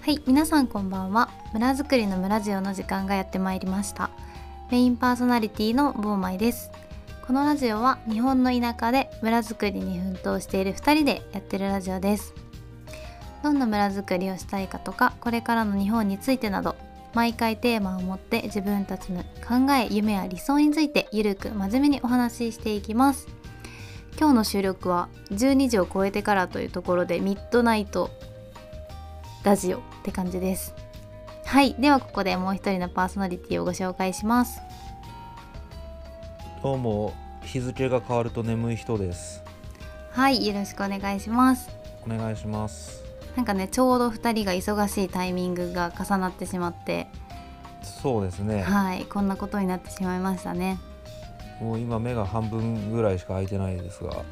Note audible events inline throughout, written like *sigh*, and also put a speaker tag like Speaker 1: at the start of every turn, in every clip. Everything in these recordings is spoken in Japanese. Speaker 1: はい皆さんこんばんは村づくりの村ジオの時間がやってまいりましたメインパーソナリティのボーマイですこのラジオは日本の田舎で村づくりに奮闘している2人でやってるラジオですどんな村づくりをしたいかとかこれからの日本についてなど毎回テーマを持って自分たちの考え夢や理想についてゆるく真面目にお話ししていきます今日の収録は12時を超えてからというところでミッドナイトラジオって感じですはいではここでもう一人のパーソナリティをご紹介します
Speaker 2: どうも日付が変わると眠い人です
Speaker 1: はいよろしくお願いします
Speaker 2: お願いします
Speaker 1: なんかねちょうど2人が忙しいタイミングが重なってしまって
Speaker 2: そうですね
Speaker 1: はいこんなことになってしまいましたね
Speaker 2: もう今目が半分ぐらいしか開いてないですが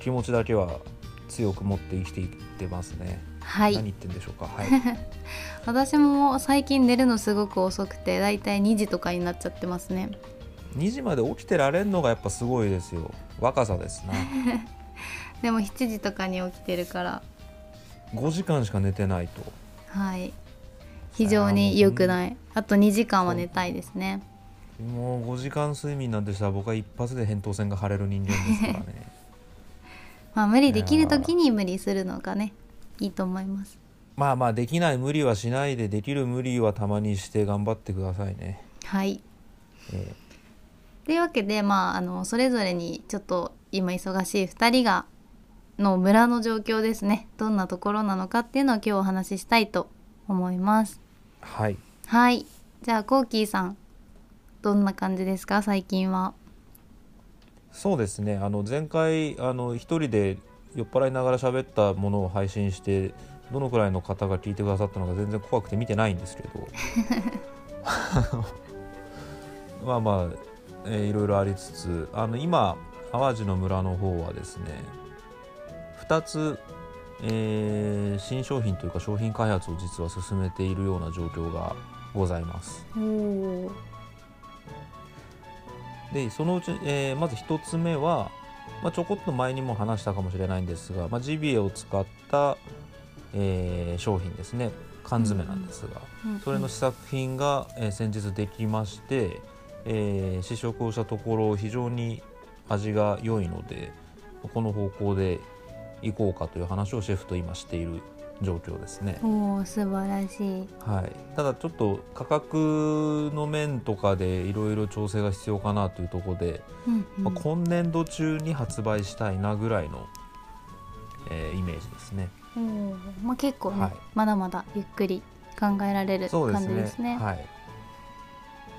Speaker 2: 気持ちだけは強く持って生きていってますね、
Speaker 1: は
Speaker 2: 何
Speaker 1: い
Speaker 2: 言ってんでしょうかはい *laughs*
Speaker 1: 私も最近寝るのすごく遅くてだいたい2時とかになっちゃってますね
Speaker 2: 2時まで起きてられんのがやっぱすごいですよ若さです
Speaker 1: *laughs*
Speaker 2: ね
Speaker 1: でも7時とかに起きてるから
Speaker 2: 5時間しか寝てないと
Speaker 1: はい非常に良くないあと2時間は寝たいですね
Speaker 2: もう5時間睡眠なんてしたら僕は一発で扁桃腺が腫れる人間ですからね
Speaker 1: *laughs* まあ無理できる時に無理するのがねいいと思います
Speaker 2: まあまあできない無理はしないでできる無理はたまにして頑張ってくださいね、
Speaker 1: はい
Speaker 2: え
Speaker 1: というわけでまああのそれぞれにちょっと今忙しい2人がの村の状況ですねどんなところなのかっていうのを今日お話ししたいと思います
Speaker 2: えはい
Speaker 1: はいじゃあコーキーさんどんな感じですか最近は
Speaker 2: そうですねあの前回あの一人で酔っ払いながら喋ったものを配信してどのくらいの方が聞いてくださったのか全然怖くて見てないんですけどまあまあ、えーいろいろありつつあの今淡路の村の方はですね2つ、えー新商品というか商品開発を実は進めているような状況がございます。
Speaker 1: おお
Speaker 2: でそのうち、えーまず1つ目は、まあ、ちょこっと前にも話したかもしれないんですが、まあ、ジビエを使った、えー商品ですね缶詰なんですが、それの試作品が、えー先日できまして、えー試食をしたところ非常に味が良いのでこの方向で行こうかという話をシェフと今している状況ですね。
Speaker 1: おお素晴らしい
Speaker 2: はい、ただちょっと価格の面とかでいろいろ調整が必要かなというところで、
Speaker 1: うんうん
Speaker 2: まあ今年度中に発売したいなぐらいの、えーイメージですね。
Speaker 1: おーまあ、結構ね、
Speaker 2: はい
Speaker 1: まだまだゆっくり考えられる
Speaker 2: そうで
Speaker 1: 感
Speaker 2: す
Speaker 1: じ
Speaker 2: ね。
Speaker 1: ですね。
Speaker 2: はい。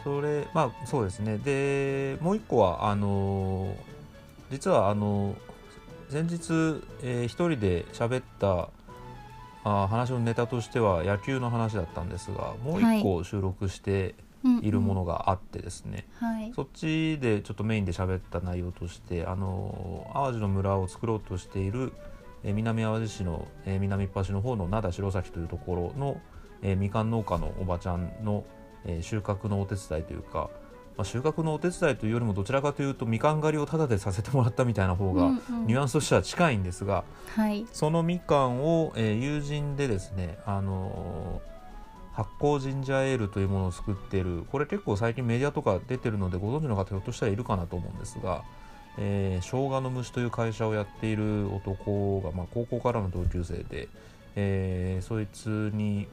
Speaker 2: それまあそうですね。でもう一個はあのー実はあのー先日、えー一人で喋ったあー話のネタとしては野球の話だったんですが、もう一個収録して
Speaker 1: うんうん
Speaker 2: いるものがあってですね。
Speaker 1: はい。
Speaker 2: そっちでちょっとメインで喋った内容としてあの淡路の村を作ろうとしている、えー南淡路市の、えー南っ端の方の灘白崎というところの、えーみかん農家のおばちゃんの、えー収穫のお手伝いというか、まあ、収穫のお手伝いというよりもどちらかというとみかん狩りをタダでさせてもらったみたいな方
Speaker 1: う
Speaker 2: が
Speaker 1: んうん
Speaker 2: ニュアンスとしては近いんですが、
Speaker 1: はい。
Speaker 2: そのみかんを、えー友人でですね、あのー発酵ジンジャーエールというものを作っているこれ結構最近メディアとか出てるのでご存知の方ひょっとしたらいるかなと思うんですが、えー生姜の虫という会社をやっている男が、まあ、高校からの同級生で、えーそいつに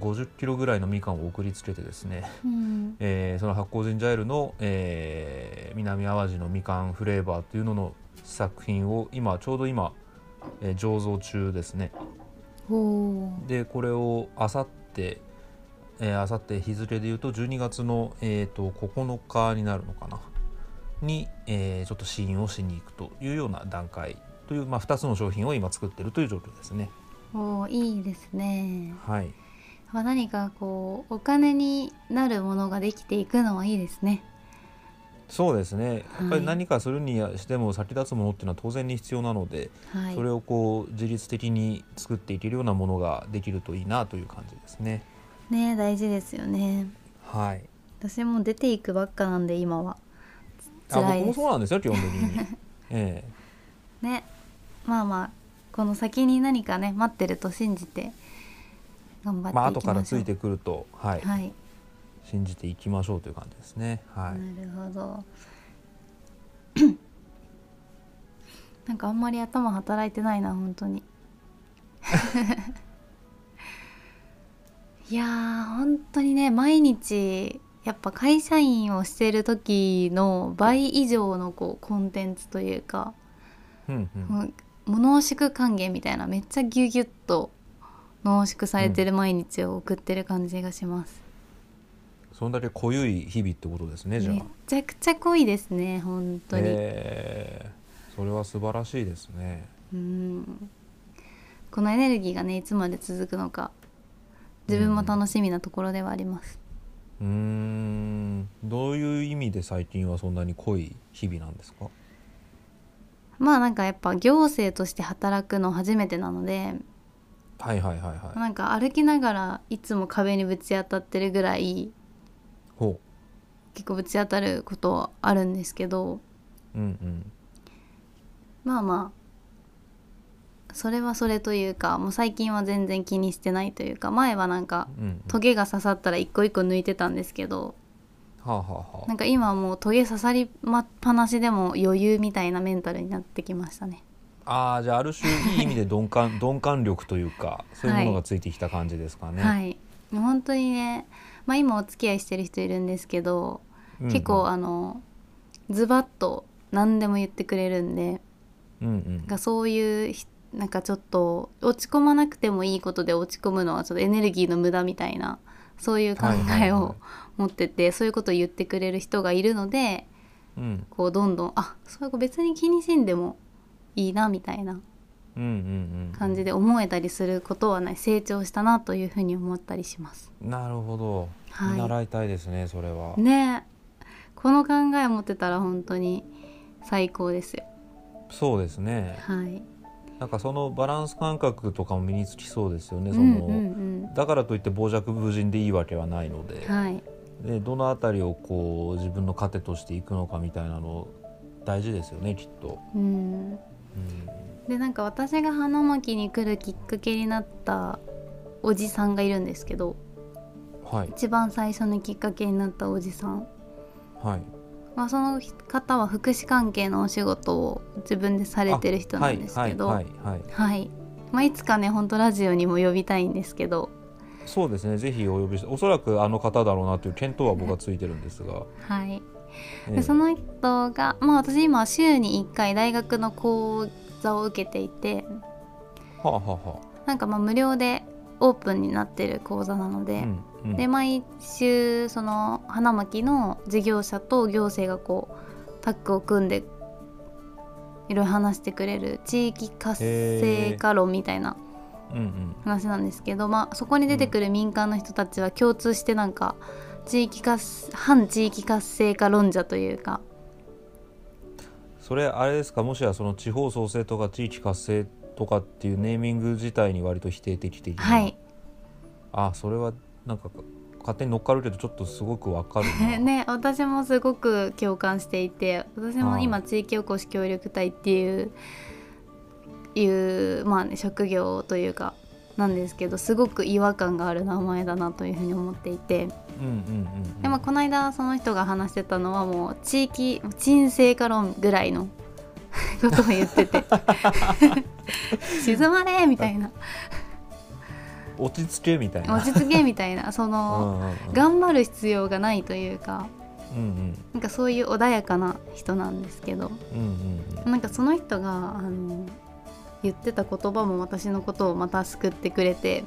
Speaker 2: 50キロぐらいのみかんを送りつけてですね
Speaker 1: うん。
Speaker 2: えーその発酵ジンジャーエールの、えー南淡路のみかんフレーバーというのの試作品を今ちょうど今、えー醸造中ですね
Speaker 1: おお。
Speaker 2: でこれをあさってあさって日付でいうと12月の、えー、と9日になるのかなに、えーちょっと試飲をしに行くというような段階という、まあ、2つの商品を今作っているという状況ですね
Speaker 1: おお、いいですね。
Speaker 2: はい
Speaker 1: まあ、何かこう、お金になるものができていくのはいいですね。
Speaker 2: そうですねやっぱ
Speaker 1: はい
Speaker 2: り何かするにしても先立つものっていうのは当然に必要なので、
Speaker 1: はい
Speaker 2: そ。れをこう自律的に作っていけるようなものができるといいなという感じですね。
Speaker 1: ね、大事ですよね。
Speaker 2: はい。
Speaker 1: 私も出ていくばっかなんで、今は。つ
Speaker 2: あ、
Speaker 1: 辛い
Speaker 2: 僕
Speaker 1: です
Speaker 2: もそう。なんですよ基本的
Speaker 1: *laughs*
Speaker 2: に。え
Speaker 1: ね。まあまあ。この先に何かね、待ってると信じて。頑張っていきましょう、
Speaker 2: まあ後からついてくると、はい
Speaker 1: はい、
Speaker 2: 信じていきましょうという感じですね。はい
Speaker 1: なるほど *coughs* なんかあんまり頭働いてないな本当に *laughs* いやー本当にね毎日やっぱ会社員をしてる時の倍以上のこうコンテンツというか、
Speaker 2: うんうん
Speaker 1: もう物圧縮還元みたいなめっちゃギュギュッと濃縮されてる毎日を送ってる感じがします、
Speaker 2: そんだけ濃ゆい日々ってことですねじゃあ
Speaker 1: め。ちゃくちゃ濃いですね本当に、
Speaker 2: えーそれは素晴らしいですね。
Speaker 1: うんこのエネルギーがねいつまで続くのか自分も楽しみなところではあります、
Speaker 2: うーんどういう意味で最近はそんなに濃い日々なんですか
Speaker 1: まあなんかやっぱ行政として働くの初めてなので
Speaker 2: はいはいはいはい。
Speaker 1: なんか歩きながらいつも壁にぶち当たってるぐらい
Speaker 2: ほ
Speaker 1: 結構ぶち当たることあるんですけど
Speaker 2: う。うんうん。
Speaker 1: まあまあそれはそれというかもう最近は全然気にしてないというか前はなんか
Speaker 2: うんうん、
Speaker 1: トゲが刺さったら一個一個抜いてたんですけど
Speaker 2: はあ、はあは
Speaker 1: なん
Speaker 2: あ、
Speaker 1: か今はもうトゲ刺さりまっぱなしでも余裕みたいなメンタルになってきましたね。
Speaker 2: あーじゃあある種いい意味で鈍感 *laughs* 鈍感力というかそういうものがついてきた感じですかね。
Speaker 1: はい。もう本当にね、まあ今お付き合いしてる人いるんですけど、
Speaker 2: うんうん
Speaker 1: 結構あのズバッと何でも言ってくれるんで、
Speaker 2: うんうん
Speaker 1: なんかそういうひなんかちょっと落ち込まなくてもいいことで落ち込むのはちょっとエネルギーの無駄みたいなそういう考
Speaker 2: はいはい
Speaker 1: え
Speaker 2: は
Speaker 1: を持ってて、そういうことを言ってくれる人がいるので、
Speaker 2: うん
Speaker 1: こうどんどんあそういう子別に気にせんでもいいなみたいな。
Speaker 2: うんうんうん
Speaker 1: 感じで思えたりすることはない成長したなというふうに思ったりします。
Speaker 2: なるほど、
Speaker 1: はい
Speaker 2: 見習いたいですねそれは、
Speaker 1: ねえこの考えを持ってたら本当に最高ですよ。
Speaker 2: そうですね
Speaker 1: はい。
Speaker 2: なんかそのバランス感覚とかも身につきそうですよね
Speaker 1: う
Speaker 2: そ
Speaker 1: ん
Speaker 2: の、
Speaker 1: うん
Speaker 2: だからといって傍若無人でいいわけはないので
Speaker 1: うん。はい。
Speaker 2: でどの辺りをこう自分の糧としていくのかみたいなの大事ですよねきっと。
Speaker 1: うん。
Speaker 2: うん
Speaker 1: でなんか私が花巻に来るきっかけになったおじさんがいるんですけど、
Speaker 2: はい
Speaker 1: 一番最初のきっかけになったおじさん。
Speaker 2: はい、
Speaker 1: まあその方は福祉関係のお仕事を自分でされてる人なんですけど、
Speaker 2: は
Speaker 1: はいい
Speaker 2: はいはいはい
Speaker 1: まあいつかね本当ラジオにも呼びたいんですけど、
Speaker 2: そうですねぜひお呼びしておそらくあの方だろうなという見当は僕はついてるんですが、
Speaker 1: はい。
Speaker 2: え
Speaker 1: でその人が、まあ、私今週に1回大学の講座を受けていて
Speaker 2: はあ、はあは
Speaker 1: なんかまあ無料でオープンになってる講座なの
Speaker 2: あ
Speaker 1: で、
Speaker 2: うんうん
Speaker 1: で毎週その花巻の事業者と行政がこうタッグを組んでいろいろ話してくれる地域活性化論みたいな
Speaker 2: うんうん
Speaker 1: 話なんですけど、まあ、そこに出てくる民間の人たちは共通してなんか地域活反地域活性化論者というか。
Speaker 2: それあれですかもしやその地方創生とか地域活性とかっていうネーミング自体に割と否定的的な、
Speaker 1: はい
Speaker 2: あそれはなんか勝手に乗っかるけどちょっとすごくわかるな、
Speaker 1: ね、私もすごく共感していて私も
Speaker 2: あ
Speaker 1: 今地域おこし協力隊っていういう、まあね、職業というかなんですけどすごく違和感がある名前だなというふうに思っていて
Speaker 2: うんうんうんうん、
Speaker 1: で、まあ、この間その人が話してたのはもう地域沈静化論ぐらいの *laughs* ことを言って
Speaker 2: *laughs*
Speaker 1: て「沈まれ!」みたいな
Speaker 2: 落ち着けみた
Speaker 1: 「
Speaker 2: いな
Speaker 1: 落ち着け!」みたいなそ
Speaker 2: うん
Speaker 1: の
Speaker 2: うんうん
Speaker 1: 頑張る必要がないというか
Speaker 2: うん
Speaker 1: なんかそういう穏やかな人なんですけど。
Speaker 2: うんうんうんうん
Speaker 1: なんかその人があの言ってた言葉も私のことをまた救ってくれて、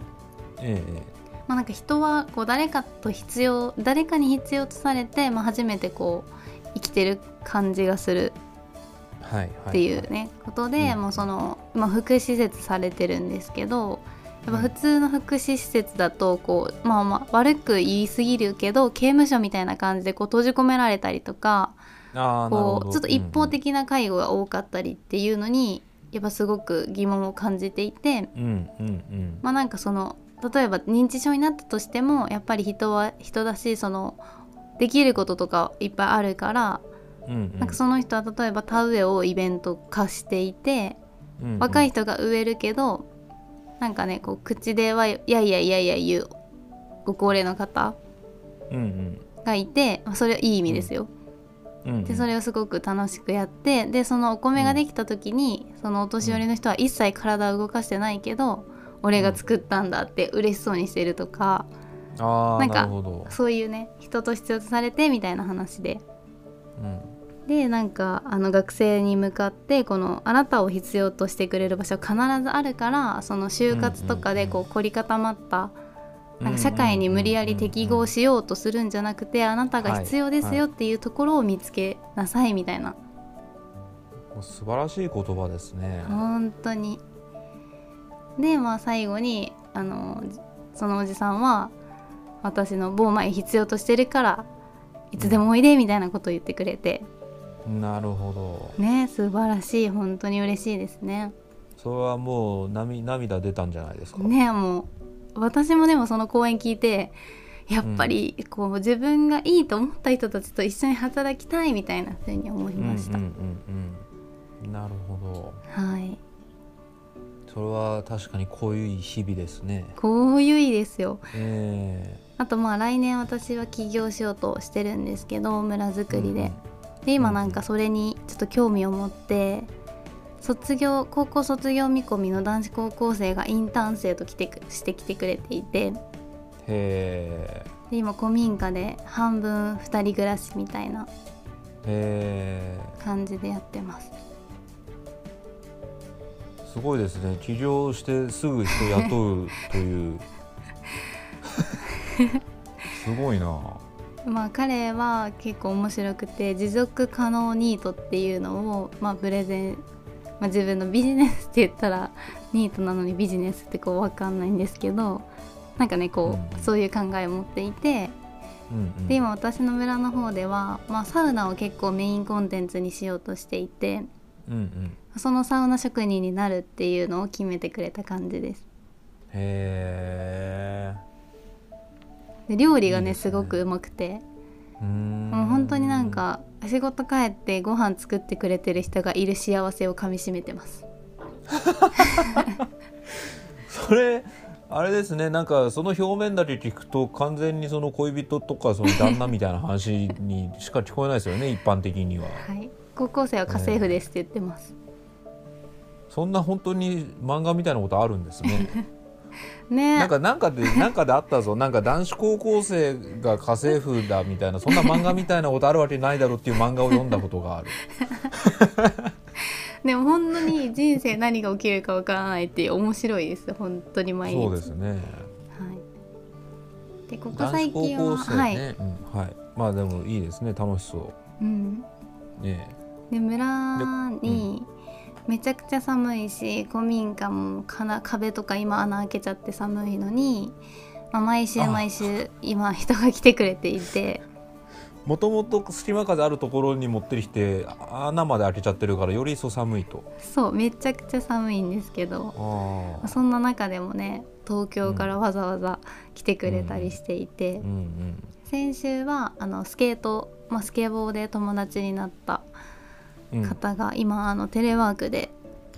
Speaker 2: ええ
Speaker 1: まあ、なんか人はこう誰かと必要誰かに必要とされて、まあ、初めてこう生きてる感じがする
Speaker 2: はい
Speaker 1: っていうね、ことで、
Speaker 2: うん
Speaker 1: もうその、まあ、福祉施設されてるんですけどやっぱ普通の福祉施設だとこう、まあ、まあ悪く言い過ぎるけど刑務所みたいな感じでこう閉じ込められたりとか、
Speaker 2: あーなる
Speaker 1: こ
Speaker 2: ほど
Speaker 1: うちょっと一方的な介護が多かったりっていうのにやっぱすごく疑問を感じていて
Speaker 2: うんうんうん
Speaker 1: まあなんかその例えば認知症になったとしてもやっぱり人は人だしそのできることとかいっぱいあるから、
Speaker 2: うんうん
Speaker 1: なんかその人は例えば田植えをイベント化していて
Speaker 2: うんうん
Speaker 1: 若い人が植えるけどなんかねこう口ではいやいやいやいや言うご高齢の方
Speaker 2: うん
Speaker 1: がいてまあそれはいい意味ですよ。
Speaker 2: うんうん
Speaker 1: でそれをすごく楽しくやってでそのお米ができた時にそのお年寄りの人は一切体を動かしてないけど俺が作ったんだって嬉しそうにしてるとか
Speaker 2: あ
Speaker 1: な
Speaker 2: あ
Speaker 1: んか
Speaker 2: なるほど、
Speaker 1: そういうね人と必要とされてみたいな話で
Speaker 2: うん、
Speaker 1: でなんかあの学生に向かってこのあなたを必要としてくれる場所は必ずあるからその就活とかでこ
Speaker 2: うんう
Speaker 1: う凝り固まったなんか社会に無理やり適合しようとするんじゃなくてあなたが必要ですよっていうところを見つけなさいみたいな
Speaker 2: もう素晴らしい言葉ですね。
Speaker 1: 本当にでまあ最後にあのそのおじさんは私の某前必要としてるからいつでもおいでみたいなことを言ってくれて
Speaker 2: なるほど。
Speaker 1: ね素晴らしい本当に嬉しいですね
Speaker 2: それはもう涙涙出たんじゃないですか。
Speaker 1: ねもう私もでもその講演聞いてやっぱりこう自分がいいと思った人たちと一緒に働きたいみたいなふうに思い
Speaker 2: うんうんうん
Speaker 1: ました、
Speaker 2: うん。なるほど。
Speaker 1: はい
Speaker 2: それは確かに濃い日々ですね。
Speaker 1: こういう意味ですよ
Speaker 2: え
Speaker 1: あとまあ来年私は起業しようとしてるんですけど村づ
Speaker 2: え
Speaker 1: くりで、で今なんかそれにちょっと興味を持って卒業高校卒業見込みの男子高校生がインターン生と来てくしてきてくれていてで
Speaker 2: うんうんへ
Speaker 1: 今古民家で半分2人暮らしみたいな
Speaker 2: え。へ
Speaker 1: 感じでやってます
Speaker 2: え。すごいですね。起業してすぐ人雇う
Speaker 1: *laughs*
Speaker 2: という。すごいな。
Speaker 1: まあ彼は結構面白くて持続可能ニートっていうのをまあプレゼン、まあ、自分のビジネスって言ったらニートなのにビジネスってこう分かんないんですけどなんかねこう、
Speaker 2: うん
Speaker 1: そういう考えを持っていて
Speaker 2: うんうん。
Speaker 1: で今私の村の方では、まあ、サウナを結構メインコンテンツにしようとしていて
Speaker 2: うんうん。
Speaker 1: そのサウナ職人になるっていうのを決めてくれた感じです
Speaker 2: へえ。
Speaker 1: で料理がね
Speaker 2: いいです
Speaker 1: す
Speaker 2: ね
Speaker 1: ごくうまくて
Speaker 2: うーん
Speaker 1: もう本当になんか仕事帰ってご飯作ってくれてる人がいる幸せをかみしめてます
Speaker 2: それあれですねなんかその表面だけ聞くと完全にその恋人とかその旦那みたいな話にしか聞こえないです
Speaker 1: *laughs*
Speaker 2: よね一般的には
Speaker 1: はい高校生は家政婦ですって言ってます、
Speaker 2: そんな本当に漫画みたいなことあるんですね
Speaker 1: *laughs* ね
Speaker 2: なんかなんかでなんかであったぞなんか男子高校生が家政婦だみたいなそんな漫画みたいなことあるわけないだろうっていう漫画を読んだこ
Speaker 1: *laughs*
Speaker 2: とがある
Speaker 1: でも本当に人生何が起きるかわからないっていう面白いです本当に毎日
Speaker 2: そうですね
Speaker 1: はい、でここ
Speaker 2: 男
Speaker 1: 最
Speaker 2: 子
Speaker 1: 近
Speaker 2: 高
Speaker 1: は、
Speaker 2: 校生
Speaker 1: はい、
Speaker 2: ねうんはい、まあでもいいですね楽しそ
Speaker 1: うん
Speaker 2: うね
Speaker 1: で村にめちゃくちゃ寒いし古民家もかな壁とか今穴開けちゃって寒いのに、まあ、毎週
Speaker 2: あ
Speaker 1: 毎週今人が来てくれていて
Speaker 2: もともと隙間風あるところに持ってきてあ穴まで開けちゃってるからより一層寒いと
Speaker 1: そうめちゃくちゃ寒いんですけど
Speaker 2: ああ
Speaker 1: そんな中でもね東京からわざわざ来てくれたりしていて、
Speaker 2: うんうん
Speaker 1: 先週はあのスケート、まあ、スケボーで友達になった
Speaker 2: うん
Speaker 1: 方が今あのテレワークで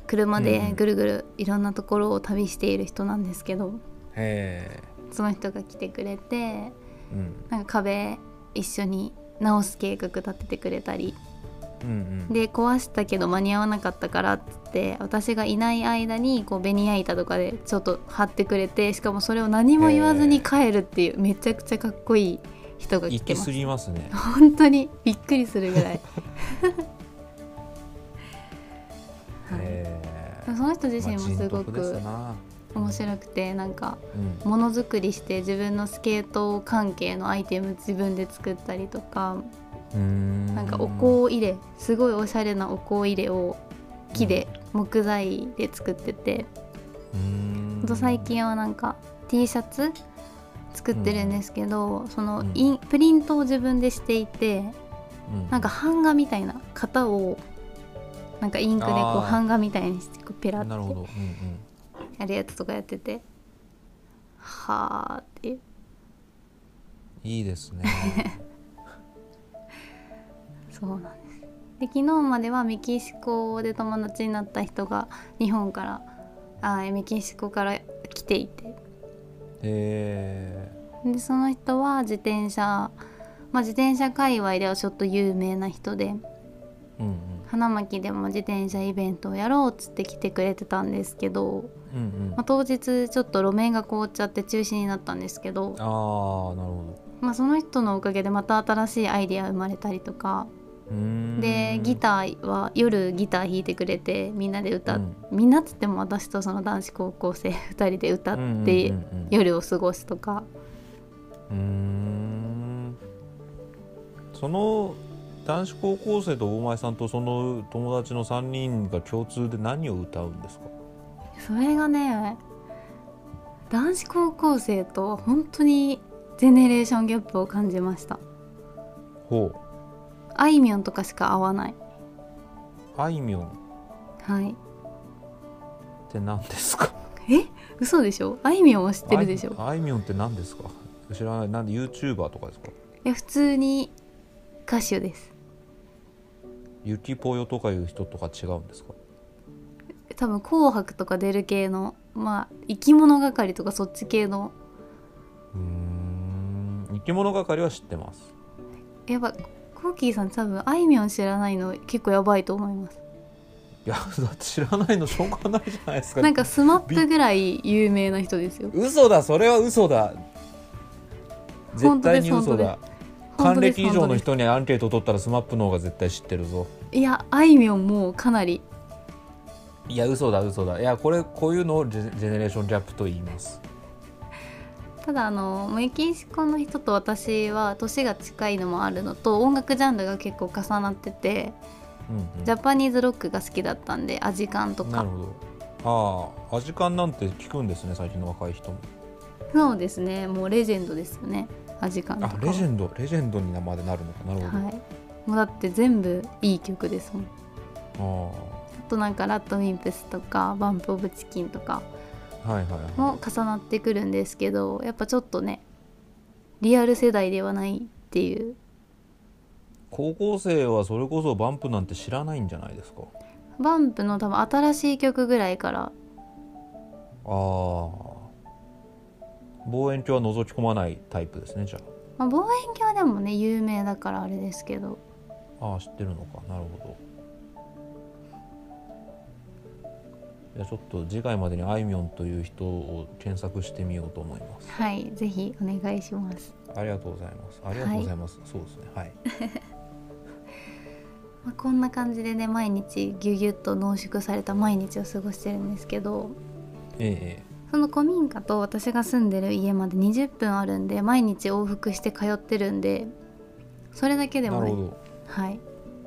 Speaker 1: 車
Speaker 2: うんう
Speaker 1: で
Speaker 2: ん
Speaker 1: ぐるぐるいろんなところを旅している人なんですけど。
Speaker 2: へ
Speaker 1: その人が来てくれて
Speaker 2: えうん
Speaker 1: なんか壁一緒に直す計画立ててくれたり
Speaker 2: うんうん
Speaker 1: で壊したけど間に合わなかったからっつって私がいない間にこうベニヤ板とかでちょっと貼ってくれてしかもそれを何も言わずに帰るっていうめちゃくちゃかっこいい人が来
Speaker 2: 行
Speaker 1: て
Speaker 2: き
Speaker 1: ます
Speaker 2: 過ぎますね
Speaker 1: 本当にびっくりするぐ
Speaker 2: *laughs*
Speaker 1: らい、はい、
Speaker 2: へ
Speaker 1: でもその人自身もすご
Speaker 2: まあ人徳で
Speaker 1: く
Speaker 2: すな
Speaker 1: 面白くてなんか
Speaker 2: うん
Speaker 1: ものづくりして自分のスケート関係のアイテム自分で作ったりとか
Speaker 2: うーん
Speaker 1: なんかお香入れすごいおしゃれなお香入れを木で、木材で作ってて、
Speaker 2: うーん
Speaker 1: ほんと最近はなんか T シャツ作ってるんですけど、その
Speaker 2: うん
Speaker 1: インプリントを自分でしていて
Speaker 2: うん
Speaker 1: なんか版画みたいな型をなんかインクでこ
Speaker 2: あ
Speaker 1: う
Speaker 2: ー
Speaker 1: 版画みたいにしてこうペラ
Speaker 2: なるほ
Speaker 1: ッ
Speaker 2: ど
Speaker 1: て
Speaker 2: うんうん
Speaker 1: やるやつとかやっててはあっていう
Speaker 2: いいですね
Speaker 1: *laughs* そうなんですで昨日まではメキシコで友達になった人が日本からあーメキシコから来ていて
Speaker 2: え
Speaker 1: でその人は自転車、まあ、自転車界隈ではちょっと有名な人で
Speaker 2: ー、うん
Speaker 1: 花巻でも自転車イベントをやろうっつって来てくれてたんですけど、
Speaker 2: うんうんうん
Speaker 1: まあ、当日ちょっと路面が凍っちゃって中止になったんですけど、
Speaker 2: あーなるほ
Speaker 1: まあ、その人のおかげでまた新しいアイディア生まれたりとか
Speaker 2: どうーん
Speaker 1: でギターは夜ギター弾いてくれてみんなで歌っ、
Speaker 2: うん
Speaker 1: みんなっつっても私とその男子高校生2人で歌っ
Speaker 2: うんうん
Speaker 1: て
Speaker 2: うんうん
Speaker 1: 夜を過ごすとか、
Speaker 2: うーんその男子高校生と大前さんとその友達の3人が共通で何を歌うんですか
Speaker 1: それがね男子高校生とは本当にジェネレーションギャップを感じました
Speaker 2: ほう
Speaker 1: あいみょんとかしか合わない
Speaker 2: あいみょんっ
Speaker 1: はい
Speaker 2: て何です
Speaker 1: *laughs*
Speaker 2: か
Speaker 1: え嘘でしょあいみょんは知ってるでしょ
Speaker 2: あいあいみょんって何ですか知らないなんで YouTuber とかですか
Speaker 1: いや普通に歌手です
Speaker 2: ゆきぽよとかいう人とか違うんですか
Speaker 1: 多分「紅白」とか出る系のまあ生き物係とかそっち系の
Speaker 2: うーん生き物係は知ってます
Speaker 1: やばコーキーさん多分あいみょん知らないの結構やばいと思います
Speaker 2: いやだって知らないのしょうがないじゃないですか
Speaker 1: なんかスマップぐらい有名な人ですよ
Speaker 2: 嘘だそれは嘘だ絶対に嘘
Speaker 1: 本当です
Speaker 2: だ還暦以上の人にアンケート取ったらスマップの方が絶対知ってるぞ
Speaker 1: いやあいみょんもうかなり
Speaker 2: いや嘘だ嘘だいやこれこういうのをジェジェネレーションギャップと言います
Speaker 1: ただあのメキシコの人と私は年が近いのもあるのと音楽ジャンルが結構重なってて
Speaker 2: うんうん、
Speaker 1: ジャパニーズロックが好きだったんでアジカンと
Speaker 2: なる
Speaker 1: か
Speaker 2: ほどああアジカンなんて聞くんですね最近の若い人も
Speaker 1: そうですねもうレジェンドですよねアジカンと
Speaker 2: あ
Speaker 1: か
Speaker 2: レジェンドレジェンドに名前でなるのかなるほど、
Speaker 1: はいもうだって全部いい曲ですもんあとなんか「ラッドウィンプス」とか「バンプ・オブ・チキン」とか
Speaker 2: ああはいはいはい
Speaker 1: も重なってくるんですけどやっぱちょっとねリアル世代ではないっていう
Speaker 2: 高校生はそれこそバンプなんて知らないんじゃないですか
Speaker 1: バンプの多分新しい曲ぐらいから
Speaker 2: ああ望遠鏡は覗き込まないタイプですねじゃ
Speaker 1: まあ、望遠鏡でもね有名だからあれですけど
Speaker 2: あああ知ってるのかなるほどじゃあちょっと次回までにあいみょんという人を検索してみようと思います
Speaker 1: はいぜひお願いします、
Speaker 2: ありがとうございますありがとうございます、そうですねはい
Speaker 1: *laughs* まあ、こんな感じでね毎日ギュギュッと濃縮された毎日を過ごしてるんですけど
Speaker 2: ええ
Speaker 1: その古民家と私が住んでる家まで20分あるんで毎日往復して通ってるんでそれだけ
Speaker 2: ええ
Speaker 1: で
Speaker 2: な
Speaker 1: も
Speaker 2: るほ
Speaker 1: ね
Speaker 2: ど
Speaker 1: はい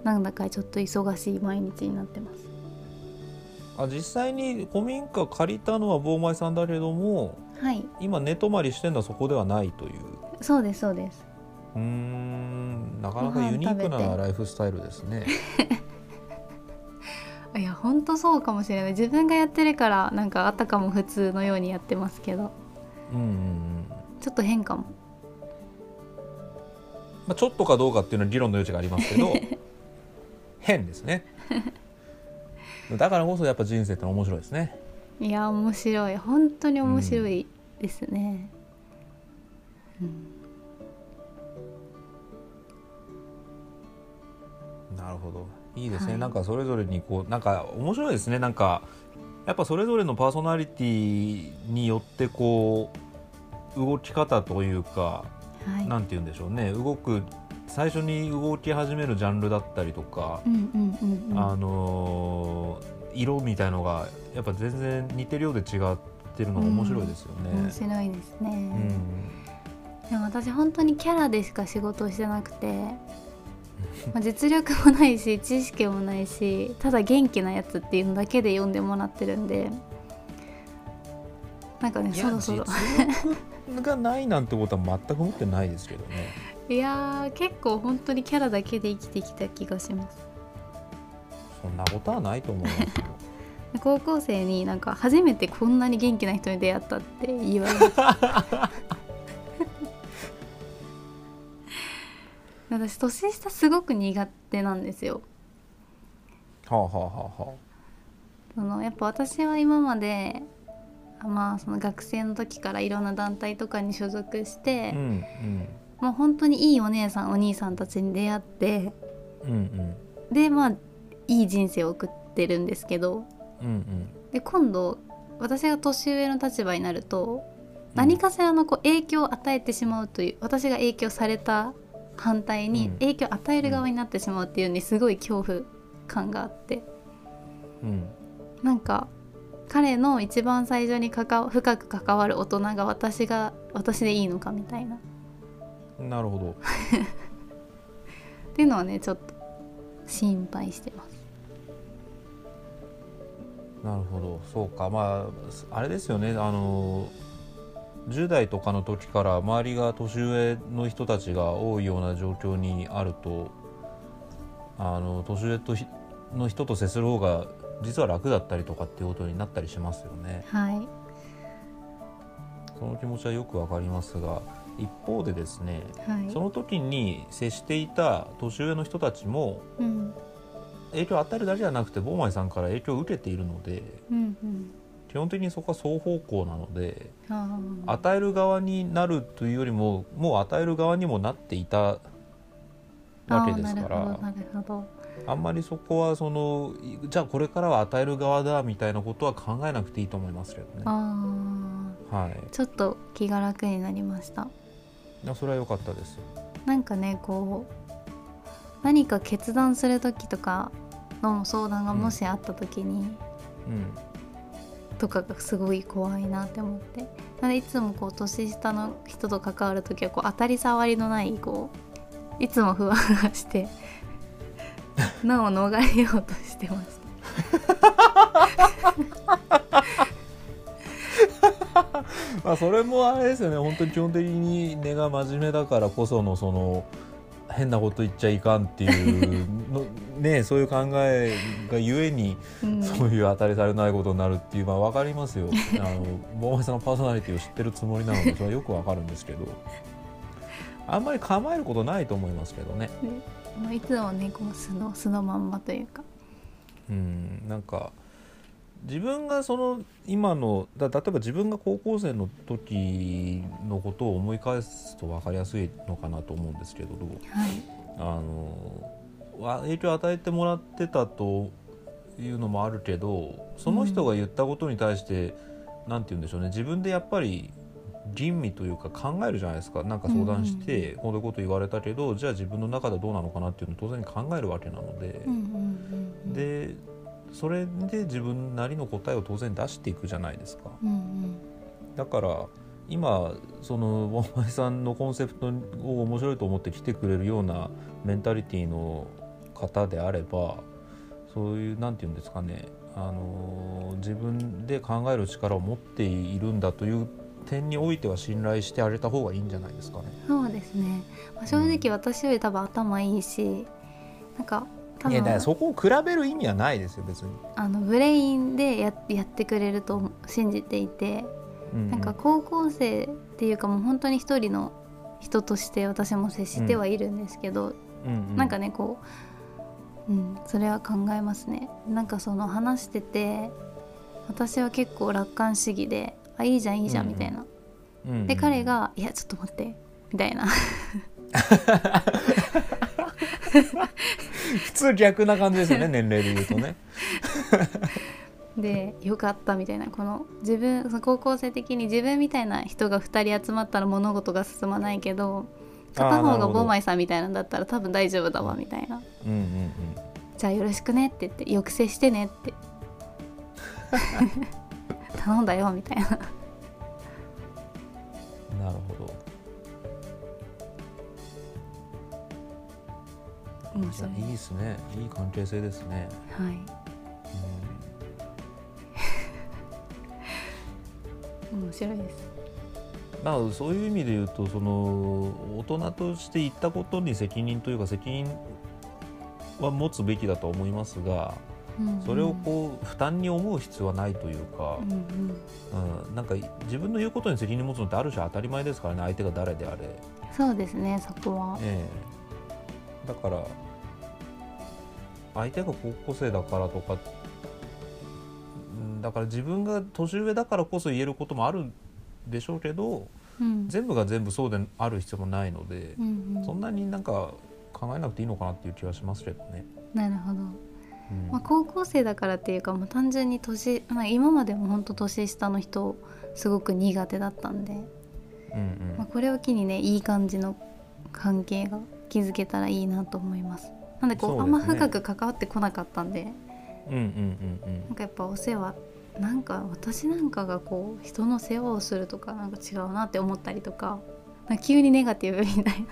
Speaker 1: なんだかちょっと忙しい毎日になってます
Speaker 2: あ実際に古民家借りたのは坊前さんだけども
Speaker 1: はい
Speaker 2: 今寝泊まりしてるのはそこではないという
Speaker 1: そうですそうです
Speaker 2: うーんなかなかユニー
Speaker 1: ご飯
Speaker 2: ク
Speaker 1: 食べ
Speaker 2: な
Speaker 1: て
Speaker 2: ライフスタイルで
Speaker 1: *laughs*
Speaker 2: すね。
Speaker 1: いやほんとそうかもしれない自分がやってるからなんかあたかも普通のようにやってますけど
Speaker 2: うんうんうん
Speaker 1: ちょっと変かも
Speaker 2: まあ、ちょっとかどうかっていうのは議論の余地があります *laughs* けど変ですね。だからこそやっぱ人生ってのは面白いですね。
Speaker 1: いや面白い本当に面白いですね、うん
Speaker 2: なるほどいいですね、
Speaker 1: はい
Speaker 2: なんかそれぞれにこうなんか面白いですねなんかやっぱそれぞれのパーソナリティによってこう動き方というか
Speaker 1: はい
Speaker 2: なんて言うんでしょうね動く最初に動き始めるジャンルだったりとか
Speaker 1: う、んうんうんうん
Speaker 2: あのー色みたいのがやっぱ全然似てるようで違ってるのが面白いですよね。
Speaker 1: 面白いですね、
Speaker 2: うん
Speaker 1: でも私本当にキャラでしか仕事をしてなくて、まあ、実力もないし知識もないしただ元気なやつっていうのだけで読んでもらってるんでなんかね
Speaker 2: い
Speaker 1: そ
Speaker 2: や
Speaker 1: ろそろ
Speaker 2: 実力がないなんてことは全く思ってないですけどね。
Speaker 1: いやー結構本当にキャラだけで生きてきた気がします
Speaker 2: そんなことはないと思いますよ。
Speaker 1: 高校生になんか初めてこんなに元気な人に出会ったって *laughs* 言われました私年下すごく苦手なんですよ
Speaker 2: はあはあはあは
Speaker 1: そのやっぱ私は今までまあ、その学生の時からいろんな団体とかに所属して、
Speaker 2: うん
Speaker 1: もう本当にいいお姉さんお兄さんたちに出会って
Speaker 2: うんうんうん
Speaker 1: でまあいい人生を送ってるんですけど
Speaker 2: うんうん
Speaker 1: で今度私が年上の立場になると何かしらのこう影響を与えてしまうという私が影響された反対に
Speaker 2: うん
Speaker 1: 影響を与える側になってしまうっていうのにすごい恐怖感があって
Speaker 2: うん
Speaker 1: なんか彼の一番最初に関わ深く関わる大人が私が私でいいのかみたいなっ
Speaker 2: うんなるほど
Speaker 1: ていうのはねちょっと心配してます。
Speaker 2: なるほどそうかまああれですよねあの10代とかの時から周りが年上の人たちが多いような状況にあるとあの年上とひの人と接する方が実は楽だったりとかっていうことになったりしますよね。
Speaker 1: はい、
Speaker 2: その気持ちはよくわかりますが一方でですね
Speaker 1: はい
Speaker 2: その時に接していた年上の人たちも
Speaker 1: うん
Speaker 2: 影響を与えるだけじゃなくて坊前さんから影響を受けているので
Speaker 1: うんうん
Speaker 2: 基本的にそこは双方向なので
Speaker 1: あー
Speaker 2: 与える側になるというよりももう与える側にもなっていたわけですか
Speaker 1: あー
Speaker 2: ら
Speaker 1: なるほどなるほど
Speaker 2: あんまりそこはそのいじゃあこれからは与える側だみたいなことは考えなくていいと思いますけどね。
Speaker 1: あ
Speaker 2: はい
Speaker 1: ーちょっと気が楽になりました。
Speaker 2: いや、それは良かったです。
Speaker 1: なんかねこう何か決断する時とかの相談がもしあった時に、
Speaker 2: うん
Speaker 1: とかがすごい怖いなって思ってなのでいつもこう年下の人と関わる時はこう当たり障りのないこういつもふわふわして *laughs* 難を逃れようとしてました。
Speaker 2: まあそれもあれですよね本当に基本的に根が真面目だからこそのその変なこと言っちゃいかんっていうの、
Speaker 1: *laughs*
Speaker 2: ね、そういう考えがゆえに
Speaker 1: うん
Speaker 2: そういう当たりされないことになるっていうまあ分かりますよあの桃井さんのパーソナリティを知ってるつもりなのでそれはよく分かるんですけどあんまり構えることないと思いますけどね。
Speaker 1: もういつもねこう素の素のまんまというか。
Speaker 2: うん、なんか自分がその今のだ例えば自分が高校生の時のことを思い返すと分かりやすいのかなと思うんですけど
Speaker 1: はい
Speaker 2: あのわ影響を与えてもらってたというのもあるけどその人が言ったことに対して、なんて言うんでしょうね自分でやっぱり吟味というか考えるじゃないですかなんか相談して、こういうこと言われたけどじゃあ自分の中でどうなのかなっていうのを当然考えるわけなので。
Speaker 1: うんうんうんうん
Speaker 2: でそれで自分なりの答えを当然出していくじゃないですか
Speaker 1: うんうん
Speaker 2: だから今そのお前さんのコンセプトを面白いと思って来てくれるようなメンタリティの方であればそういうなんて言うんですかねあの自分で考える力を持っているんだという点においては信頼してあげた方がいいんじゃないですかね。
Speaker 1: そうですね、まあ、正直私より多分頭いいしなんか多
Speaker 2: いやだから
Speaker 1: 分
Speaker 2: そこを比べる意味はないですよ別に。
Speaker 1: あのブレインでややってくれると信じていて
Speaker 2: うう
Speaker 1: なんか高校生っていうかもう本当に一人の人として私も接してはいるんですけど、
Speaker 2: うんうん
Speaker 1: なんかねこう、うん、それは考えますねなんかその話してて私は結構楽観主義で「あいいじゃんいいじゃん」みたいな、
Speaker 2: うんうん
Speaker 1: で彼が「いやちょっと待って」みたいな
Speaker 2: 普通逆な感じですよ *laughs* ね年齢で言うとね。
Speaker 1: でよかったみたいなこの自分その高校生的に自分みたいな人が2人集まったら物事が進まないけど片
Speaker 2: あー
Speaker 1: 方
Speaker 2: なる
Speaker 1: が
Speaker 2: ほど
Speaker 1: ボマイさんみたいなんだったら多分大丈夫だわみたいな
Speaker 2: うんうんうん。
Speaker 1: 「じゃあよろしくね」って言って「抑制してね」って
Speaker 2: *laughs*
Speaker 1: 頼んだよみたいな
Speaker 2: なるほど。
Speaker 1: 面白い
Speaker 2: いいですね。いい関係性ですね。
Speaker 1: はい、面白いです
Speaker 2: うん、まあそういう意味で言うとその大人として言ったことに責任というか責任は持つべきだと思いますが、それをこう負担に思う必要はないというか
Speaker 1: う、んうん、
Speaker 2: うん、なんか自分の言うことに責任持つのってある種当たり前ですからね。相手が誰であれ。
Speaker 1: そうですねそこは、
Speaker 2: ええ、だから相手が高校生だからとかんだから自分が年上だからこそ言えることもあるんでしょうけど
Speaker 1: うん
Speaker 2: 全部が全部そうである必要もないので
Speaker 1: う、んうん
Speaker 2: そんなになんか考えなくていいのかなっていう気はしますけどね。
Speaker 1: なるほど、
Speaker 2: うん
Speaker 1: まあ、高校生だからっていうかもう単純に年、まあ、今までも本当年下の人すごく苦手だったんで、
Speaker 2: うんうん
Speaker 1: まあ、これを機にねいい感じの関係が築けたらいいなと思いますなんでこう
Speaker 2: そう
Speaker 1: あ
Speaker 2: で
Speaker 1: ん
Speaker 2: すね
Speaker 1: ま深く関わってこなかったんで
Speaker 2: うんうんうん
Speaker 1: なんかやっぱお世話なんか私なんかがこう人の世話をするとかなんか違うなって思ったりとかなんか急にネガティブみたいな
Speaker 2: うん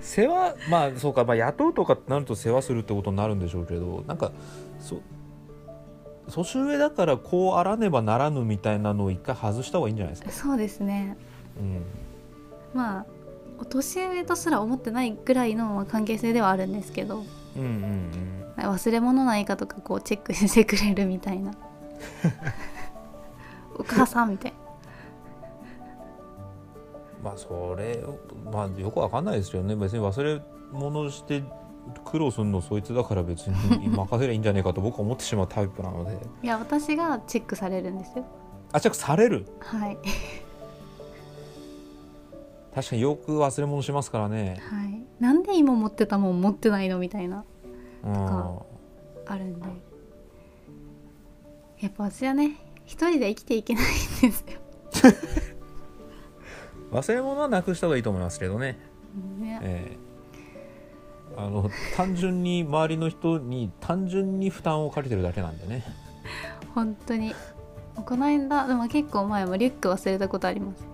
Speaker 2: 世話まあそうか、まあ、雇うとかってなると世話するってことになるんでしょうけどなんかそ年上だからこうあらねばならぬみたいなのを一回外した方がいいんじゃないです
Speaker 1: *laughs*
Speaker 2: か。
Speaker 1: そうですね
Speaker 2: うん
Speaker 1: まあお年上とすら思ってないぐらいのまあ関係性ではあるんですけど
Speaker 2: うんうんうん
Speaker 1: 忘れ物ないかとかこうチェックしてくれるみたいな *laughs* お母さんみたいな
Speaker 2: まあそれまあよくわかんないですよね別に忘れ物して苦労するのそいつだから別 *laughs* に任せりゃいいんじゃねえかと僕は思ってしまうタイプなので
Speaker 1: いや私がチェックされるんですよ
Speaker 2: あじゃあされる
Speaker 1: はい
Speaker 2: 確かによく忘れ物しますからね
Speaker 1: はいなんで今持ってたもん持ってないのみたいな
Speaker 2: うん
Speaker 1: かあるんでやっぱ私はね一人で生きていけないんですよ、
Speaker 2: 忘れ物はなくした方がいいと思いますけどね
Speaker 1: ね、
Speaker 2: ええあの単純に周りの人に単純に負担をかけてるだけなんでね
Speaker 1: 本当にこの間でも結構前もリュック忘れたことあります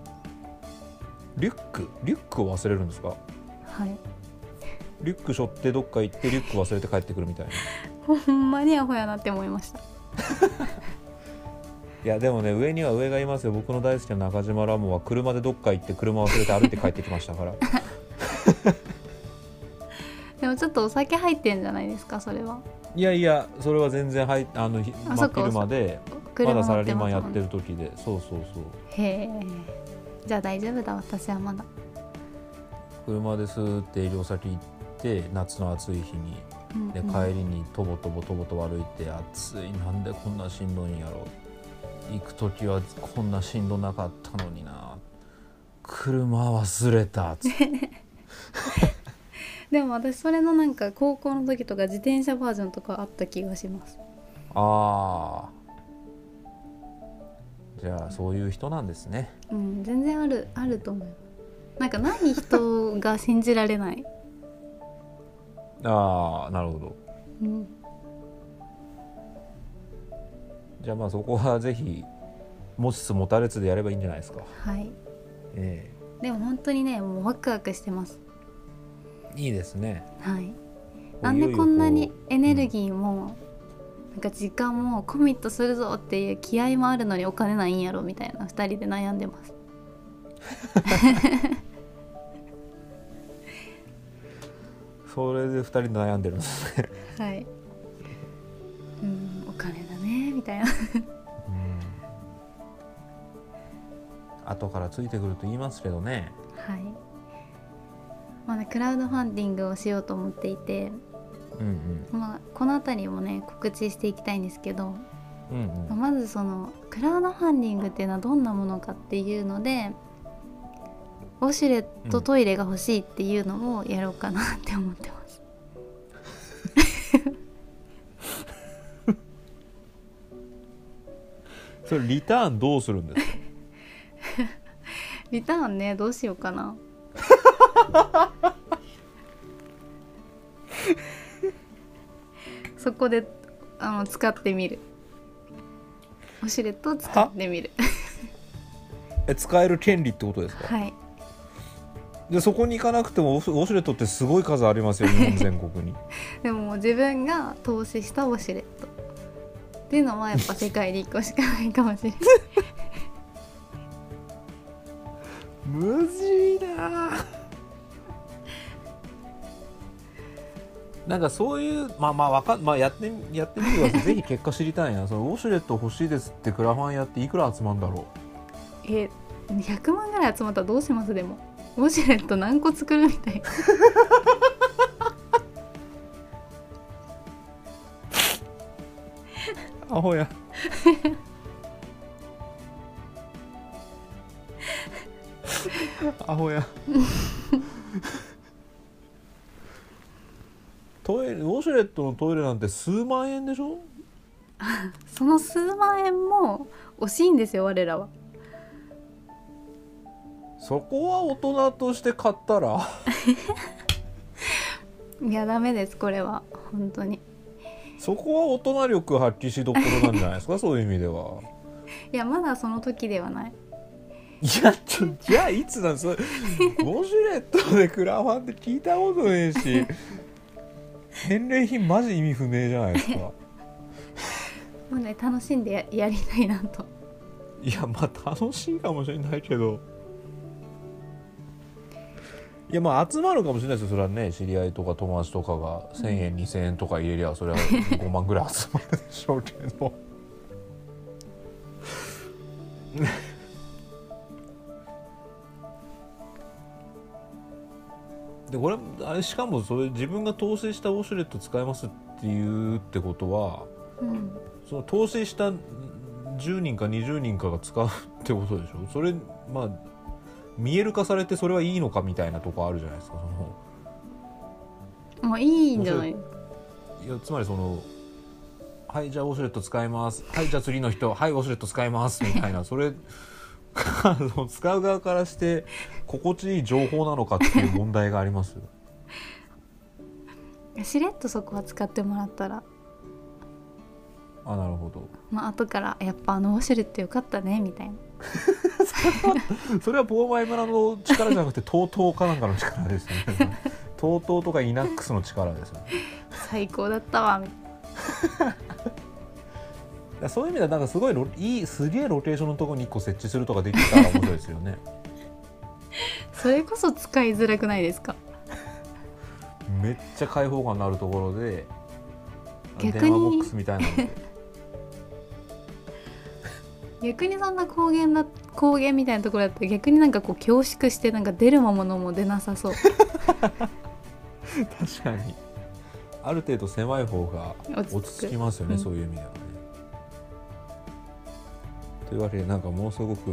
Speaker 2: リュックリュックを忘れるんですか
Speaker 1: はい
Speaker 2: リュック背負ってどっか行ってリュック忘れて帰ってくるみたいな
Speaker 1: ほんまにアホやなって思いました
Speaker 2: いやでもね上には上がいますよ僕の大好きな中島ラモは車でどっか行って車忘れて歩いて帰ってきましたから
Speaker 1: でもちょっとお酒入ってんじゃないですかそれはい
Speaker 2: やいやそれは全然はいあのひ
Speaker 1: あ
Speaker 2: 真
Speaker 1: そっ
Speaker 2: っ
Speaker 1: か
Speaker 2: 昼までま
Speaker 1: 車
Speaker 2: だサ
Speaker 1: 乗
Speaker 2: ラ
Speaker 1: っ
Speaker 2: リ
Speaker 1: て
Speaker 2: ーマ
Speaker 1: ます
Speaker 2: ン
Speaker 1: も
Speaker 2: やっ
Speaker 1: ん
Speaker 2: て
Speaker 1: ね
Speaker 2: る時でそうそうそう
Speaker 1: へえじゃあ大丈夫だ私はまだ
Speaker 2: 車ですーって営業先行って夏の暑い日に
Speaker 1: うんうん
Speaker 2: で帰りにとぼとぼとぼとぼ歩いて暑いなんでこんなしんどいんやろ行く時はこんなしんどなかったのにな車忘れたっつって
Speaker 1: *laughs* でも私それのなんか高校の時とか自転車バージョンとかあった気がします
Speaker 2: ああじゃあそういう人なんですね
Speaker 1: うん全然あるあると思うなんかない人が信じられない、
Speaker 2: ああなるほど
Speaker 1: *laughs* うん、
Speaker 2: じゃあまあそこはぜひ持ちつ持たれつでやればいいんじゃないですか
Speaker 1: はい
Speaker 2: え
Speaker 1: でも本当にねもうワクワクしてます
Speaker 2: えいいですね
Speaker 1: はいなんでこんなにエネルギーもなんか時間もコミットするぞっていう気合もあるのにお金ないんやろみたいな2人で悩んでます
Speaker 2: それで2人で悩んでるんですね
Speaker 1: はいうんお金だねみたいな
Speaker 2: うん後からついてくると言いますけどね
Speaker 1: はいまあねクラウドファンディングをしようと思っていて、
Speaker 2: うん
Speaker 1: まあ、この辺りもね告知していきたいんですけど
Speaker 2: うんうんうん
Speaker 1: まずそのクラウドファンディングっていうのはどんなものかっていうのでウォシュレットトイレが欲しいっていうのをやろうかなって思ってます、
Speaker 2: それリターンどうするんですか
Speaker 1: リターンねどうしようか *laughs* なそこであの使ってみるウォシュレットを使ってみる
Speaker 2: え使える権利ってことですか、
Speaker 1: はい
Speaker 2: でそこに行かなくてもウォシュウォシュレットってすごい数ありますよ日本全国に
Speaker 1: でももう自分が投資したウォシュレットっていうのはやっぱ世界で1個しかないかもしれない
Speaker 2: むずいななんかそういうまあまあわかんまあやってみやってみ *laughs* てくださいぜひ結果知りたいなそのウォシュレット欲しいですってクラファンやっていくら集まるんだろ
Speaker 1: *laughs* え100万ぐらい集まったらどうしますでもウォシュレット何個作るみたいな
Speaker 2: うアホやアホやトイレウォシュレットのトイレなんて数万円でしょ
Speaker 1: *laughs* その数万円も惜しいんですよ我らは
Speaker 2: そこは大人として買ったら
Speaker 1: いやダメですこれは本当に
Speaker 2: そこは大人力発揮しどころなんじゃないですかそういう意味ではい
Speaker 1: やまだその時ではない
Speaker 2: いやちょじゃあいつなんそれウォシュレットでクラファンって聞いたことねえし返礼品マジ意味不明じゃないですか
Speaker 1: もうね楽しんでややりたいなと
Speaker 2: いやまあ楽しいかもしれないけどいやまあ集まるかもしれないですよそれはね知り合いとか友達とかが1,000円、2,000円とか入れりゃそれは5万ぐらい集まるでしょうけどでこれあれしかもそれ自分が投資したウォシュレット使いますっていうってことは
Speaker 1: うん
Speaker 2: その投資した10人か20人かが使うってことでしょ *laughs* それまあ見える化されてそれはいいのかみたいなとこあるじゃないですかその
Speaker 1: もういいんじゃない
Speaker 2: いやつまりその「はいじゃあウォシュレット使います」「はいじゃあ次の人」「はいウォシュレット使います」みた *laughs* いなそれあの使う側からして心地いい情報なのかっていう問題がありますよ
Speaker 1: しれっとそこは使ってもらったら
Speaker 2: あなるほど
Speaker 1: まあ後からやっぱあのウォシュレットよかったねみたいな
Speaker 2: それはボーマイ村の力じゃなくて TOTO かなんかの力ですよね *laughs* TOTO とかイナックスの力ですよね
Speaker 1: 最高だったわみたい
Speaker 2: いやそういう意味ではなんかすごいロいいすげえロケーションのところに1個設置するとかできたら面白いですよね *laughs*
Speaker 1: なそれこそ使いづらくないですか
Speaker 2: めっちゃ開放感のあるところで
Speaker 1: 逆に
Speaker 2: 電話ボックスみたいな
Speaker 1: *laughs*
Speaker 2: ので
Speaker 1: 逆にそんな高原な高原みたいなところだったら逆になんかこう恐縮してなんか出るものも出なさ
Speaker 2: *laughs*
Speaker 1: そう
Speaker 2: 確かにある程度狭い方が落
Speaker 1: 落
Speaker 2: ち
Speaker 1: ち
Speaker 2: 着
Speaker 1: 着
Speaker 2: き
Speaker 1: き
Speaker 2: ますよね、
Speaker 1: うん
Speaker 2: そういう意味ではね。というわけでなんかもうすごく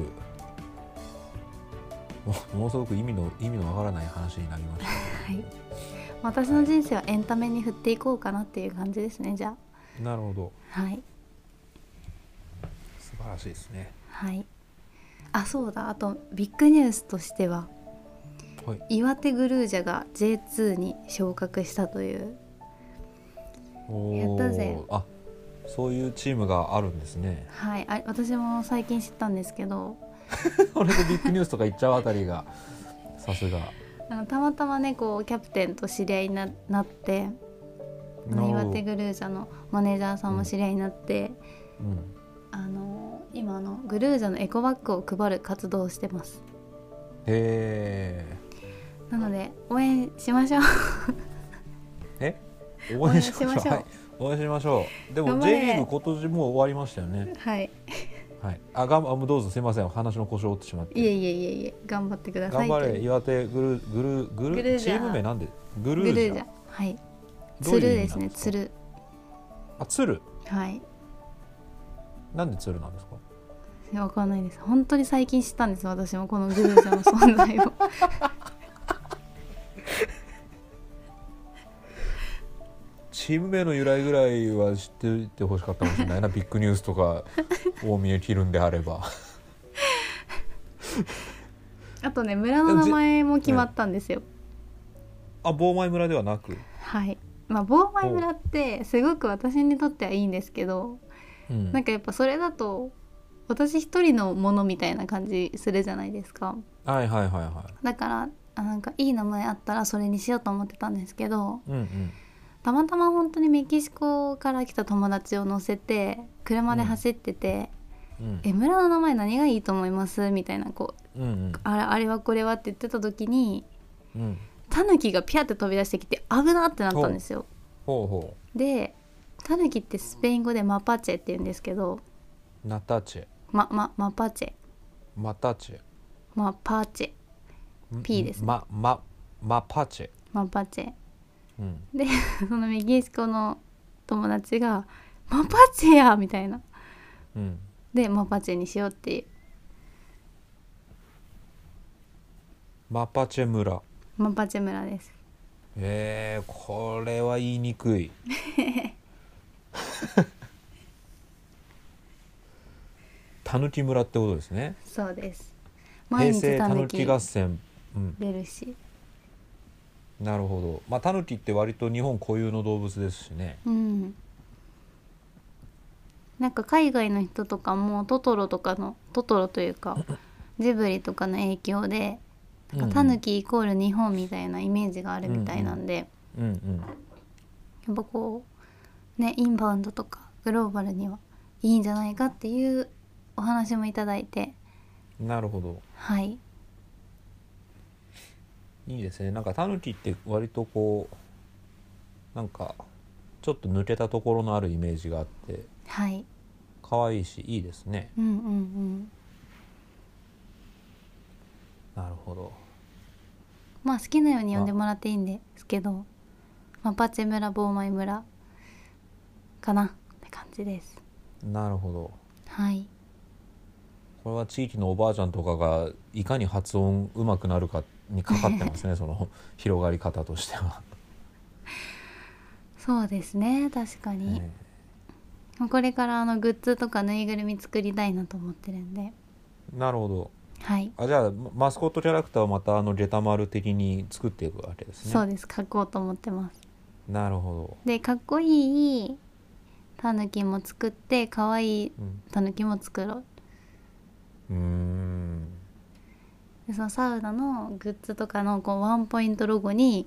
Speaker 2: ももうすごく意味の意味のわからない話になりました
Speaker 1: はい私の人生はエンタメに振っていこうかなっていう感じですねじゃ
Speaker 2: なるほど
Speaker 1: あはい
Speaker 2: 素晴らしいですね。
Speaker 1: はいあそうだあとビッグニュースとしては
Speaker 2: はい、
Speaker 1: 岩手グルージャが J2 に昇格したというやったぜ。
Speaker 2: おーあそういうチームがあるんですね *laughs*
Speaker 1: はいあ私も最近知ったんですけど
Speaker 2: それでビッグニュースとか言っちゃうあたりがさすが。
Speaker 1: あのたまたまねこうキャプテンと知り合いにななってあの
Speaker 2: な
Speaker 1: 岩
Speaker 2: るほど
Speaker 1: 手グルージャのマネージャーさんも知り合いになって、
Speaker 2: うん
Speaker 1: あの今あのグルージャのエコバッグを配る活動をしてます
Speaker 2: へ
Speaker 1: なので応援しましょう
Speaker 2: え。え応援しましょ
Speaker 1: 応援しましょう
Speaker 2: うはい、応援しましょうで
Speaker 1: 頑
Speaker 2: も
Speaker 1: 張れ
Speaker 2: J リーグ今年もう終わりましたよね
Speaker 1: *laughs* はい
Speaker 2: はい、あがんあもうどうぞすいませんお話の腰を折ってしまって
Speaker 1: いえいえいえいえ頑張ってくださ
Speaker 2: 頑
Speaker 1: い
Speaker 2: 張
Speaker 1: と
Speaker 2: れ
Speaker 1: いう
Speaker 2: 岩手グルグルグル
Speaker 1: グルージ
Speaker 2: チ
Speaker 1: ャー
Speaker 2: ーム名なんでグ
Speaker 1: グ
Speaker 2: ル
Speaker 1: ル
Speaker 2: ー
Speaker 1: ー
Speaker 2: ジ
Speaker 1: ジ
Speaker 2: ャ
Speaker 1: ャはい
Speaker 2: どう
Speaker 1: 鶴
Speaker 2: いう意味
Speaker 1: です
Speaker 2: なん
Speaker 1: ね
Speaker 2: ですか
Speaker 1: 鶴
Speaker 2: あ鶴
Speaker 1: はい
Speaker 2: なんで鶴なんですか
Speaker 1: わかんないです本当に最近知ったんです私もこのグルージャの存在を
Speaker 2: チーム名の由来ぐらいは知っていてほしかったかもしれ *laughs* ないなビッグニュースとか大見え切るんであれば
Speaker 1: *laughs* あとね村の名前も決まったんですよ
Speaker 2: あ坊前村ではなく、
Speaker 1: はいまあ坊前村ってすごく私にとってはいいんですけど
Speaker 2: うん
Speaker 1: なんかやっぱそれだと私一人のものみたいな感じするじゃないですか
Speaker 2: はいはいはいは
Speaker 1: だからあなんかいい名前あったらそれにしようと思ってたんですけど
Speaker 2: いうんうん
Speaker 1: たまたま本当にメキシコから来た友達を乗せて車で走ってて
Speaker 2: うん
Speaker 1: 「え村の名前何がいいと思います?」みたいなこう
Speaker 2: うんうん
Speaker 1: あれあれはこれはって言ってた時に
Speaker 2: うん
Speaker 1: タヌキがピャって飛び出してきて危なってなったんですよ。
Speaker 2: ほうほ
Speaker 1: でタヌキってスペイン語でマパチェって言うんですけど
Speaker 2: うナタチェ
Speaker 1: ま、ま、マパチェ
Speaker 2: マタチ
Speaker 1: マパチェ
Speaker 2: ェ
Speaker 1: P ですね
Speaker 2: ままマパチェ
Speaker 1: マパチェ
Speaker 2: うん
Speaker 1: *laughs* でそのメキシコの友達が「マパチェやみたいな
Speaker 2: うん、
Speaker 1: でマパチェにしようっていう
Speaker 2: マパチェ村
Speaker 1: マパチェ村です
Speaker 2: えー、これは言いにく *laughs* いたぬき村ってことですね
Speaker 1: そうです毎
Speaker 2: 平
Speaker 1: 日
Speaker 2: 成
Speaker 1: た
Speaker 2: た
Speaker 1: ぬ
Speaker 2: ぬ
Speaker 1: き
Speaker 2: き合戦うん
Speaker 1: 出るし
Speaker 2: なるほどまあタヌキって割と日本固有の動物ですしね
Speaker 1: うんなんか海外の人とかもトトロとかのトトロというかジブリとかの影響で
Speaker 2: うん
Speaker 1: タヌキイコール日本みたいなイメージがあるみたいなんで、
Speaker 2: うんうん
Speaker 1: やっぱこうねインバウンドとかグローバルにはいいんじゃないかっていうお話もいただいて
Speaker 2: なるほど
Speaker 1: はい
Speaker 2: いいですねなんかタヌキって割とこうなんかちょっと抜けたところのあるイメージがあって
Speaker 1: はい
Speaker 2: 可愛いしいいですね
Speaker 1: うんうんうん
Speaker 2: なるほど
Speaker 1: まあ好きなように呼んでもらっていいんですけどマパチェ村ボーマイ村かなって感じです
Speaker 2: なるほど
Speaker 1: はい
Speaker 2: これは地域のおばあちゃんとかがいかに発音うまくなるかにかかってますねその *laughs* 広がり方としては、
Speaker 1: そうですね確かに、
Speaker 2: ね
Speaker 1: これからあのグッズとかぬいぐるみ作りたいなと思ってるんで
Speaker 2: なるほど
Speaker 1: はい、
Speaker 2: あじゃあママスコットキャラクターをまたあのゲタマル的に作っていくわけですね
Speaker 1: そうです書こうと思ってます
Speaker 2: なるほ
Speaker 1: でかっこいいタヌキも作ってかわいい
Speaker 2: どうん
Speaker 1: タヌキも作ろう
Speaker 2: うーん
Speaker 1: でそのサウナのグッズとかのこうワンポイントロゴに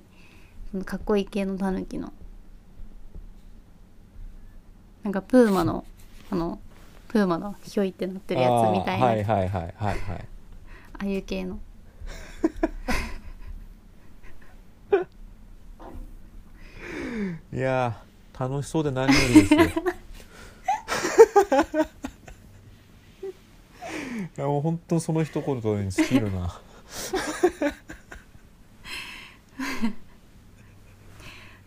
Speaker 1: そのかっこいい系のタヌキのなんかプーマのあのプーマのひょいってなってるやつみたいなあ,、、
Speaker 2: あーはいいはいはいはいはい
Speaker 1: あいう系の
Speaker 2: いやー楽しそうで何より
Speaker 1: *laughs*
Speaker 2: ですよいやもう本当その一言に尽きるな
Speaker 1: *laughs*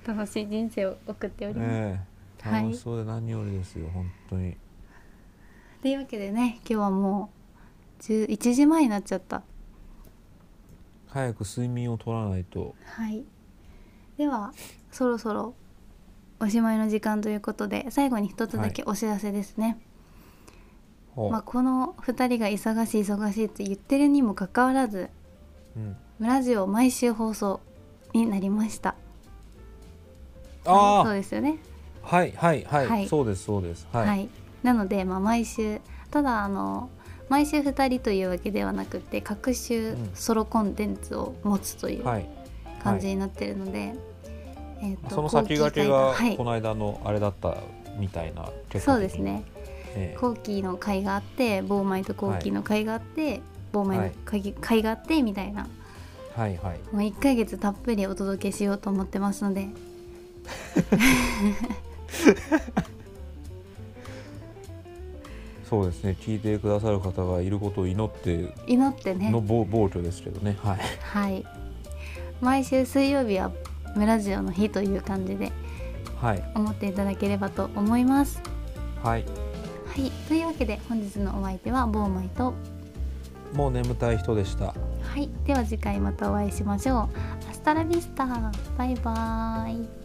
Speaker 1: 楽しい人生を送っております。
Speaker 2: ええ
Speaker 1: はい
Speaker 2: 楽しそうで何よりですよ、本当に
Speaker 1: というわけでね今日はもう11時前になっちゃった
Speaker 2: 早く睡眠を取らないと
Speaker 1: はいではそろそろおしまいの時間ということで最後に一つだけお知らせですね、
Speaker 2: ほう
Speaker 1: まあ、この2人が忙しい忙しいって言ってるにもかかわらず
Speaker 2: うん、
Speaker 1: ラジオ毎週放送になりました
Speaker 2: あ
Speaker 1: そう
Speaker 2: あ
Speaker 1: ですよね
Speaker 2: はいはいはい、
Speaker 1: はい
Speaker 2: そうですそうですは、
Speaker 1: はいい、なので、まあ、毎週ただあの毎週2人というわけではなくて各週
Speaker 2: うん
Speaker 1: ソロコンテンツを持つという
Speaker 2: はい
Speaker 1: 感じになってるので、えーと
Speaker 2: その先駆け
Speaker 1: 後
Speaker 2: が
Speaker 1: 期会
Speaker 2: こ
Speaker 1: はい、
Speaker 2: の間のあれだったみたいな結
Speaker 1: そ
Speaker 2: 果
Speaker 1: うで
Speaker 2: 的
Speaker 1: す
Speaker 2: に
Speaker 1: ね
Speaker 2: ええ
Speaker 1: 後期の会があってボーマイと後期の会があって、ボーマイの会,、会があってみたいな
Speaker 2: はいはい
Speaker 1: もう1ヶ月たっぷりお届けしようと思ってますので
Speaker 2: そうですね聞いてくださる方がいることを祈って
Speaker 1: 祈ってね
Speaker 2: の暴暴挙ですけどねはい
Speaker 1: はい毎週水曜日は村ジオの日という感じで
Speaker 2: はい
Speaker 1: 思っていただければと思います
Speaker 2: はい
Speaker 1: はいというわけで本日のお相手はボーマイと
Speaker 2: もう眠たい人でした
Speaker 1: はいでは次回またお会いしましょうアスタラビスタバイバーイ